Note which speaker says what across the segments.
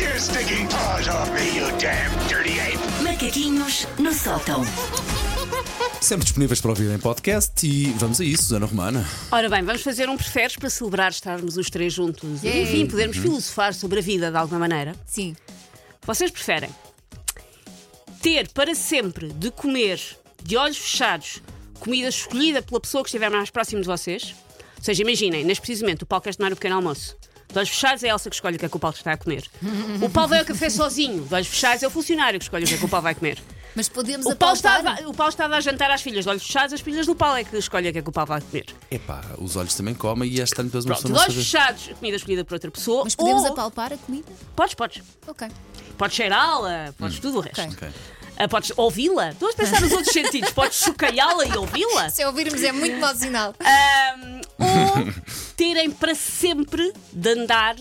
Speaker 1: your stinking paws off me, you damn dirty ape!
Speaker 2: Macaquinhos no sótão.
Speaker 3: Sempre disponíveis para ouvir em podcast e vamos a isso, Susana Romana.
Speaker 4: Ora bem, vamos fazer um preferes para celebrar estarmos os três juntos e, enfim, podermos filosofar sobre a vida de alguma maneira.
Speaker 5: Sim.
Speaker 4: Vocês preferem ter para sempre de comer, de olhos fechados, comida escolhida pela pessoa que estiver mais próximo de vocês? Ou seja, imaginem, neste precisamente, o Paulo quer tomar o pequeno almoço. De olhos fechados é a Elsa que escolhe o que é que o Paulo está a comer. O Paulo vai ao café sozinho. De olhos fechados é o funcionário que escolhe o que é que o Paulo vai comer.
Speaker 5: Mas podemos
Speaker 4: O Paulo,
Speaker 5: apontar-
Speaker 4: está a, o Paulo está a dar jantar às filhas de olhos fechados, as filhas do Paulo é que escolhem o que é que o Paulo vai comer.
Speaker 3: Epá, os olhos também comem e este ano depois uma
Speaker 4: Pronto,
Speaker 3: pessoa
Speaker 4: de
Speaker 3: não
Speaker 4: olhos
Speaker 3: sabe.
Speaker 4: fechados, comida escolhida por outra pessoa.
Speaker 5: Mas podemos
Speaker 4: ou...
Speaker 5: apalpar a comida?
Speaker 4: Podes, podes.
Speaker 5: Ok.
Speaker 4: Podes cheirá-la, podes tudo o resto.
Speaker 5: Ok.
Speaker 3: Hum, Ok.
Speaker 4: Ah, podes ouvi-la. Estou a pensar nos outros sentidos. Podes chocalhá-la e ouvi-la.
Speaker 5: Se ouvirmos é muito mau sinal.
Speaker 4: Ah, Ahm, ou terem para sempre de andar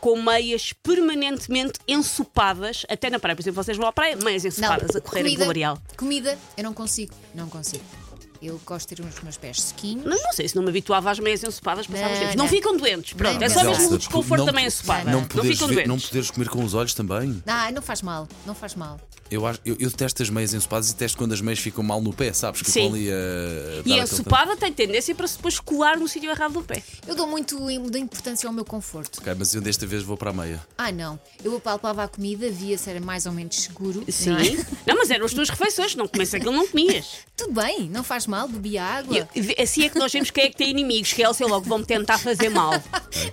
Speaker 4: com meias permanentemente ensopadas, até na praia. Por exemplo, vocês vão à praia, meias ensopadas a correrem pelo areal.
Speaker 5: Comida, eu não consigo. Não consigo. Eu gosto de ter os meus pés sequinhos.
Speaker 4: Mas não sei se não me habituava às meias ensopadas, passava os
Speaker 5: Não,
Speaker 4: tempos. Não
Speaker 5: não.
Speaker 4: ficam doentes. Pronto,
Speaker 5: Não,
Speaker 4: é só
Speaker 5: não.
Speaker 4: mesmo
Speaker 3: Elsa,
Speaker 4: o desconforto
Speaker 3: não-
Speaker 4: da meia ensopada.
Speaker 3: Não
Speaker 4: Não, um
Speaker 3: poderes,
Speaker 4: ficam
Speaker 3: ver- não
Speaker 4: doentes.
Speaker 3: poderes comer com os olhos também.
Speaker 5: Ah, não faz mal. Não faz mal.
Speaker 3: Eu, acho, eu, eu detesto as meias ensopadas e detesto quando as meias ficam mal no pé, sabes? Que
Speaker 4: Sim.
Speaker 3: ficam ali a.
Speaker 4: E é
Speaker 3: dar
Speaker 4: a
Speaker 3: aquele-
Speaker 4: ensopada tem tendência para se depois colar no sítio errado do pé.
Speaker 5: Eu dou muito im- da importância ao meu conforto.
Speaker 3: Ok, mas eu desta vez vou para a meia.
Speaker 5: Ah, não. Eu apalpava a comida, via se era mais ou menos seguro.
Speaker 4: Sim.
Speaker 5: não é?
Speaker 4: Não, mas eram as tuas refeições, não comesse aquilo, não comias.
Speaker 5: Tudo bem, não faz mal, bebi água.
Speaker 4: E- e- assim é que nós vemos quem é que tem inimigos, que é o seu logo vão me tentar fazer mal.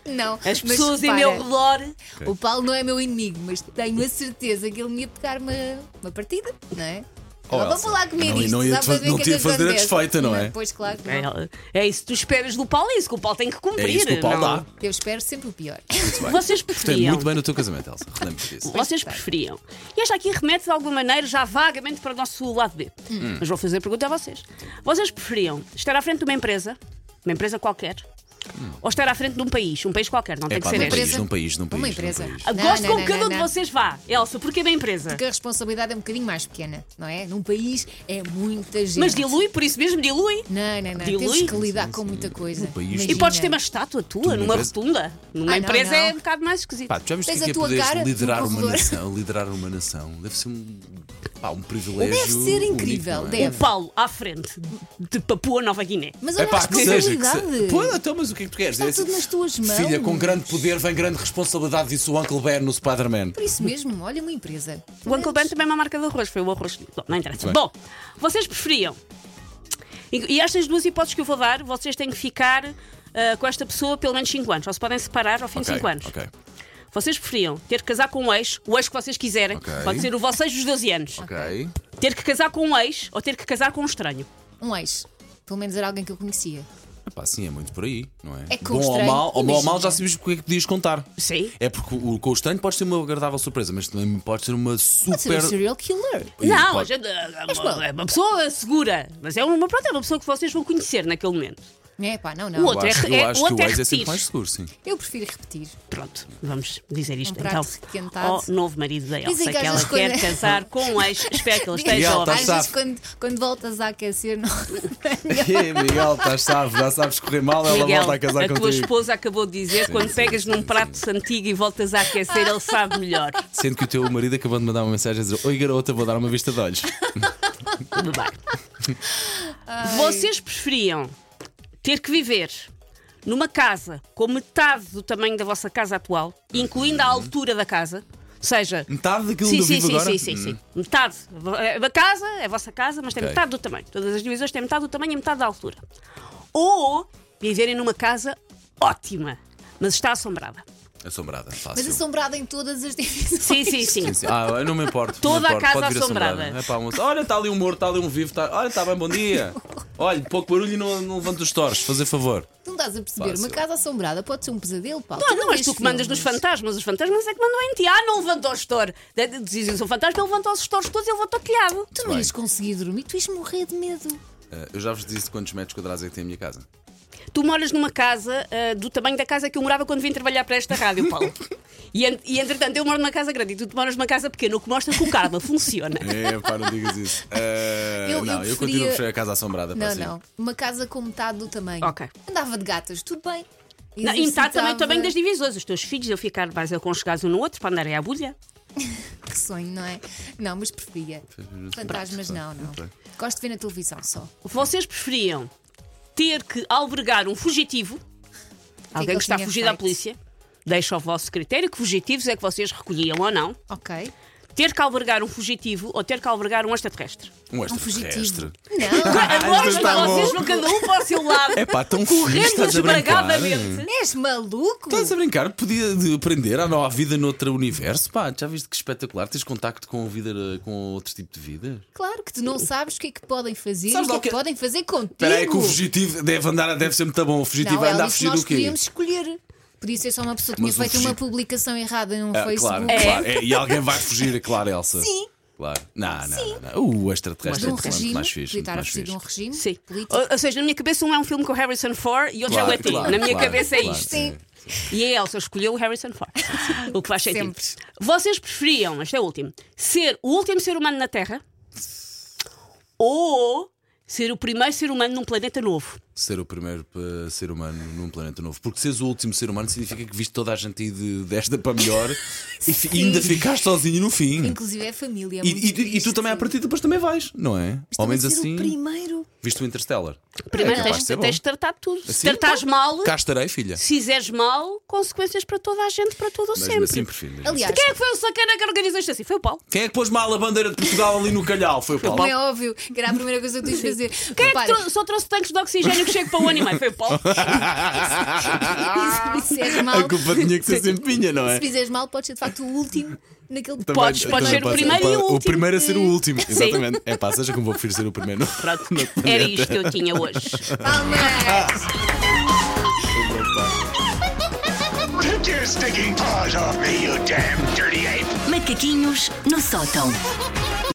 Speaker 5: Não,
Speaker 4: As
Speaker 5: mas
Speaker 4: pessoas em
Speaker 5: repara,
Speaker 4: meu redor.
Speaker 5: O Paulo não é meu inimigo, mas tenho a certeza que ele me ia pegar uma, uma partida, não é?
Speaker 3: Oh,
Speaker 5: Agora
Speaker 3: Elsa,
Speaker 5: vamos lá comer
Speaker 3: não-
Speaker 5: isto.
Speaker 3: não ia
Speaker 5: só
Speaker 3: te-
Speaker 5: para ver o
Speaker 3: não
Speaker 5: que é
Speaker 3: te ia
Speaker 5: que
Speaker 3: fazer a
Speaker 5: acontece.
Speaker 3: desfeita, não é?
Speaker 5: Pois claro que não.
Speaker 4: É, é isso que tu esperas do Paulo, é isso que o Paulo tem que cumprir.
Speaker 3: É isso que o Paulo
Speaker 4: não?
Speaker 3: dá.
Speaker 5: Eu espero sempre o pior.
Speaker 3: Portanto,
Speaker 4: Vocês preferiam.
Speaker 3: muito bem no teu casamento, Elsa. Relembro-te disso.
Speaker 4: Vocês preferiam. E esta aqui remete de alguma maneira já vagamente para o nosso lado B.
Speaker 3: Hum.
Speaker 4: Mas vou fazer a pergunta a vocês. Vocês preferiam estar à frente de uma empresa, uma empresa qualquer, ou estar à frente de um país, um país qualquer, não tem
Speaker 3: Hum. Epá,
Speaker 4: que ser
Speaker 3: num
Speaker 4: este.
Speaker 3: país, num país, num país.
Speaker 5: Uma
Speaker 3: num
Speaker 5: empresa.
Speaker 3: país.
Speaker 4: Ah,
Speaker 5: Não,
Speaker 4: Gosto
Speaker 5: não,
Speaker 4: com
Speaker 5: não,
Speaker 4: cada um
Speaker 5: não.
Speaker 4: de vocês vá. Elsa, porque é uma empresa.
Speaker 5: Porque a responsabilidade é um bocadinho mais pequena, não é? Num país é muita gente.
Speaker 4: Mas dilui, por isso mesmo, dilui.
Speaker 5: Não, não, não.
Speaker 4: Dilui?
Speaker 5: Temos que lidar com muita coisa.
Speaker 3: Um país.
Speaker 5: Imagina.
Speaker 4: E podes ter uma estátua
Speaker 3: é. Tu,
Speaker 4: tua
Speaker 3: numa
Speaker 4: numa
Speaker 3: empresa-
Speaker 4: rotunda. Numa
Speaker 5: Ah, não,
Speaker 4: empresa é
Speaker 5: não.
Speaker 4: um bocado mais esquisito.
Speaker 3: Pá, tu já viste o
Speaker 5: Tens
Speaker 3: que é
Speaker 5: a tua
Speaker 3: poderes
Speaker 5: cara no
Speaker 3: liderar uma
Speaker 5: corredor.
Speaker 3: nação? Liderar uma nação deve ser um, pá, um privilégio.
Speaker 5: Deve ser
Speaker 3: único,
Speaker 5: incrível,
Speaker 3: não é?
Speaker 5: deve.
Speaker 4: O Paulo à frente de Papua Nova Guiné.
Speaker 5: Mas
Speaker 3: É
Speaker 5: olha a
Speaker 3: pá, que seja. Que
Speaker 5: responsabilidade.
Speaker 3: se... Pô, então, mas o que é que tu queres?
Speaker 5: Está tudo nas tuas mãos.
Speaker 3: Filha, com grande poder vem grande responsabilidade, disse o Uncle Ben no Spider-Man.
Speaker 5: Por isso mesmo, olha uma empresa.
Speaker 4: O Uncle Ben também é uma marca de arroz, foi o arroz. Bom, não interessa.
Speaker 3: Bem.
Speaker 4: Bom, vocês preferiam. E, e estas duas hipóteses que eu vou dar, vocês têm que ficar ah, com esta pessoa pelo menos 5 anos. Ou se podem separar ao fim de
Speaker 3: Ok,
Speaker 4: 5 anos.
Speaker 3: ok.
Speaker 4: Vocês preferiam ter que casar com um ex, o ex que vocês quiserem,
Speaker 3: Ok.
Speaker 4: pode ser o vosso ex dos 12 anos.
Speaker 3: Ok.
Speaker 4: Ter que casar com um ex ou ter que casar com um estranho.
Speaker 5: Um ex. Pelo menos era alguém que eu conhecia.
Speaker 3: Epá, sim, é muito por aí, não é?
Speaker 5: É com
Speaker 3: Bom ou
Speaker 5: estranho,
Speaker 3: mal, ao bom ou mal
Speaker 5: imagina.
Speaker 3: já sabes o que é que podias contar.
Speaker 4: Sim.
Speaker 3: É porque o, com o estranho pode ser uma agradável surpresa, mas também pode ser uma
Speaker 5: Pode ser
Speaker 3: super.
Speaker 5: um serial killer.
Speaker 3: Ih,
Speaker 4: Não,
Speaker 3: pode-
Speaker 4: a gente- é uma, é uma pessoa segura, mas é uma, pronto, é uma pessoa que vocês vão conhecer naquele momento.
Speaker 5: É um pá, não,
Speaker 4: O
Speaker 5: não.
Speaker 3: Eu
Speaker 4: outro é-
Speaker 3: acho, eu
Speaker 4: é-
Speaker 3: acho
Speaker 4: outro
Speaker 3: que o
Speaker 4: é
Speaker 3: ex é sempre
Speaker 4: repetir.
Speaker 3: mais seguro, sim.
Speaker 5: Eu prefiro repetir.
Speaker 4: Pronto, vamos dizer isto
Speaker 5: Um prato
Speaker 4: então
Speaker 5: requentado.
Speaker 4: ao novo marido da Elsa,
Speaker 5: Dizem
Speaker 4: que,
Speaker 5: que às
Speaker 4: ela
Speaker 5: vezes
Speaker 4: quer
Speaker 5: quando-
Speaker 4: casar com um ex, espero que ele
Speaker 5: Às
Speaker 4: esteja
Speaker 3: Miguel, tá
Speaker 4: ótimo.
Speaker 3: estás
Speaker 5: vezes
Speaker 3: safe.
Speaker 5: quando, quando voltas a aquecer, não.
Speaker 3: Ei, Miguel, estás salvo, já sabes correr mal, ela
Speaker 4: Miguel,
Speaker 3: volta a casar
Speaker 4: tua
Speaker 3: contigo.
Speaker 4: esposa acabou de dizer, quando pegas num prato antigo e voltas a aquecer, ele sabe melhor.
Speaker 3: Sendo que o teu marido acabou de mandar uma mensagem a dizer: Oi garota, vou dar uma vista de olhos.
Speaker 4: Tudo bem. Vocês preferiam ter que viver numa casa com metade do tamanho da vossa casa atual, incluindo a altura da casa, ou seja,
Speaker 3: Metade daquilo
Speaker 4: Sim,
Speaker 3: que eu
Speaker 4: sim,
Speaker 3: vivo
Speaker 4: sim,
Speaker 3: agora? Hum.
Speaker 4: sim, sim, sim. Metade. É A casa é a vossa casa, mas tem
Speaker 3: Ok.
Speaker 4: metade do tamanho. Todas as divisões têm metade do tamanho e metade da altura. Ou viverem numa casa ótima, mas está assombrada.
Speaker 3: Assombrada, fácil.
Speaker 4: assim,
Speaker 5: Mas assombrada em todas as divisões.
Speaker 4: Sim, sim, sim.
Speaker 3: Sim, Ah, eu não me importo.
Speaker 4: Toda
Speaker 3: não me
Speaker 4: a
Speaker 3: importo.
Speaker 4: casa
Speaker 3: Pode vir
Speaker 4: assombrada.
Speaker 3: É pá, moço. Olha, está ali um morto, está ali um vivo. Tá... Olha, está bem, bom dia. Olha, pouco barulho e não, não levanta os torres, fazer favor.
Speaker 5: Tu não estás a perceber.
Speaker 3: Fácil.
Speaker 5: Uma casa assombrada pode ser um pesadelo, Paulo.
Speaker 4: Ah, Não, não és
Speaker 5: vês
Speaker 4: tu que mandas nos
Speaker 5: filmes.
Speaker 4: fantasmas. Os fantasmas é que mandam em ti. Ah, não levantou o gestor. Dizem-se o fantasma, ele levantou os gestores todos e levantou o telhado.
Speaker 5: Tu não
Speaker 3: Bem.
Speaker 5: ias conseguir dormir, tu ias morrer de medo.
Speaker 3: Ah, eu já vos disse quantos metros quadrados é que tem a minha casa.
Speaker 4: Tu moras numa casa ah, do tamanho da casa que eu morava quando vim trabalhar para esta rádio, Paulo. E, en- e entretanto, eu moro numa casa grande e tu moras numa casa pequena, o que mostra que o karma funciona.
Speaker 3: É, pá, não digas isso. Ah,
Speaker 5: Eu- eu
Speaker 3: não, eu,
Speaker 5: preferia-
Speaker 3: continuo a preferir a casa assombrada. pá,
Speaker 5: Não,
Speaker 3: sim. É.
Speaker 5: não. Uma casa com metade do tamanho.
Speaker 4: Ok.
Speaker 5: Andava de gatas, tudo bem.
Speaker 4: Não, e metade também
Speaker 5: Exercitava-
Speaker 4: o tamanho das divisões. Os teus filhos iam ficar mais aconchegados um no outro para andarem à bulha.
Speaker 5: Que sonho, não é? Não, mas preferia.
Speaker 3: assim.
Speaker 5: Fantasmas não, não. Gosto de ver na televisão só.
Speaker 4: Vocês preferiam ter que albergar um fugitivo, alguém
Speaker 5: ele
Speaker 4: que está a
Speaker 5: tinha
Speaker 4: fugir da
Speaker 5: feito?
Speaker 4: polícia, deixa ao vosso critério que fugitivos é que vocês recolhiam ou não,
Speaker 5: Ok. É
Speaker 4: ter que albergar um fugitivo ou ter que albergar um extraterrestre.
Speaker 3: Um
Speaker 5: Um
Speaker 3: extraterrestre.
Speaker 5: fugitivo. Não,
Speaker 4: Agora
Speaker 3: isto está
Speaker 4: está vocês
Speaker 3: bom.
Speaker 4: vão cada um para o seu lado,
Speaker 3: É pá, tão fixe,
Speaker 4: correndo
Speaker 3: estás a brincar.
Speaker 4: esbragadamente.
Speaker 5: és maluco?
Speaker 3: Estás a brincar? Podia de aprender à nova vida noutro universo, pá. Já viste que espetacular? Tens contacto com, a vida, eh, com outro tipo de vida?
Speaker 5: Claro que tu não sabes o que é que podem fazer e
Speaker 3: Sabes
Speaker 5: o que
Speaker 3: lá
Speaker 5: é que
Speaker 3: o que-
Speaker 5: podem fazer contigo.
Speaker 3: Espera aí que o fugitivo deve andar, deve ser muito bom. O fugitivo
Speaker 5: não,
Speaker 3: vai
Speaker 5: é
Speaker 3: andar a
Speaker 5: isso
Speaker 3: fugir
Speaker 5: nós
Speaker 3: do quê?
Speaker 5: podíamos escolher. Podia ser só uma pessoa que
Speaker 3: Mas
Speaker 5: tinha
Speaker 3: um
Speaker 5: feito uma
Speaker 3: fugido.
Speaker 5: publicação errada num
Speaker 3: Ah,
Speaker 5: Facebook.
Speaker 3: claro, claro. É, e alguém vai fugir, é claro, Elsa.
Speaker 5: um Sim.
Speaker 3: Claro. Não, não, não, não. O
Speaker 5: De
Speaker 3: extraterrestre é
Speaker 5: um
Speaker 3: muito
Speaker 5: regime.
Speaker 3: mais fixe.
Speaker 5: podia
Speaker 3: muito
Speaker 5: estar a
Speaker 3: mais
Speaker 5: fugir de um
Speaker 3: fixe.
Speaker 5: regime
Speaker 4: Sim.
Speaker 5: político.
Speaker 4: Ou, ou seja, na minha cabeça um é um filme com Harrison Ford e outro é o
Speaker 3: Claro,
Speaker 4: E.T.
Speaker 3: claro,
Speaker 4: na minha
Speaker 3: claro,
Speaker 4: cabeça é
Speaker 3: claro.
Speaker 4: isto.
Speaker 5: Sim.
Speaker 4: E a Elsa escolheu o Harrison Ford. o que faz sentido.
Speaker 5: Sempre.
Speaker 4: Vocês preferiam, este é o último, ser o último ser humano na Terra ou ser o primeiro ser humano num planeta novo?
Speaker 3: Ser o primeiro eh, ser humano num planeta novo. Porque seres o último ser humano significa que viste toda a gente ir de, desta para melhor e fi-
Speaker 5: Sim.
Speaker 3: ainda ficaste sozinho no fim.
Speaker 5: Inclusive é família. é
Speaker 3: E,
Speaker 5: muito
Speaker 3: e tu- e
Speaker 5: triste.
Speaker 3: tu também, à partida, depois também vais, não é?
Speaker 5: Mas
Speaker 3: Ao
Speaker 5: também
Speaker 3: menos
Speaker 5: ser
Speaker 4: um
Speaker 5: O
Speaker 3: assim.
Speaker 5: primeiro.
Speaker 3: Viste o Interstellar.
Speaker 4: Primeiro
Speaker 3: é capaz
Speaker 4: tens,
Speaker 3: de ser bom.
Speaker 4: tens de tratar de tudo. Se
Speaker 3: Assim,
Speaker 4: tratares mal,
Speaker 3: Cá estarei, filha.
Speaker 4: se fizeres mal, consequências para toda a gente, para todo o
Speaker 3: Mas
Speaker 4: sempre.
Speaker 3: assim prefiro. mesmo
Speaker 5: Aliás,
Speaker 4: Quem é que foi o sacana que organizou isto assim? Foi o Paulo.
Speaker 3: assim. Quem é que pôs mal a bandeira de Portugal ali no calhau? Foi o Paulo.
Speaker 5: Como é óbvio, que era a primeira coisa que tu ias fazer.
Speaker 4: Quem é que
Speaker 5: Repara,
Speaker 4: trou- só trouxe tanques de oxigênio que chega para o animal? Foi o Paulo.
Speaker 5: e se fizeres mal,
Speaker 3: Ah. A culpa tinha que ser sempre minha, não é?
Speaker 5: se fizeres mal, podes ser de facto o último naquele
Speaker 3: Também-
Speaker 4: Podes-
Speaker 3: também
Speaker 4: podes ser o
Speaker 3: pode
Speaker 4: primeiro e o
Speaker 3: O
Speaker 4: último.
Speaker 3: primeiro a ser o último, exatamente. É pá, seja como vou preferir ser o primeiro.
Speaker 4: Pronto, era isto que eu tinha hoje.
Speaker 3: Ah,
Speaker 5: Palmas!
Speaker 1: Take your stinking paws off me, you damn dirty ape!
Speaker 2: Macaquinhos no sótão.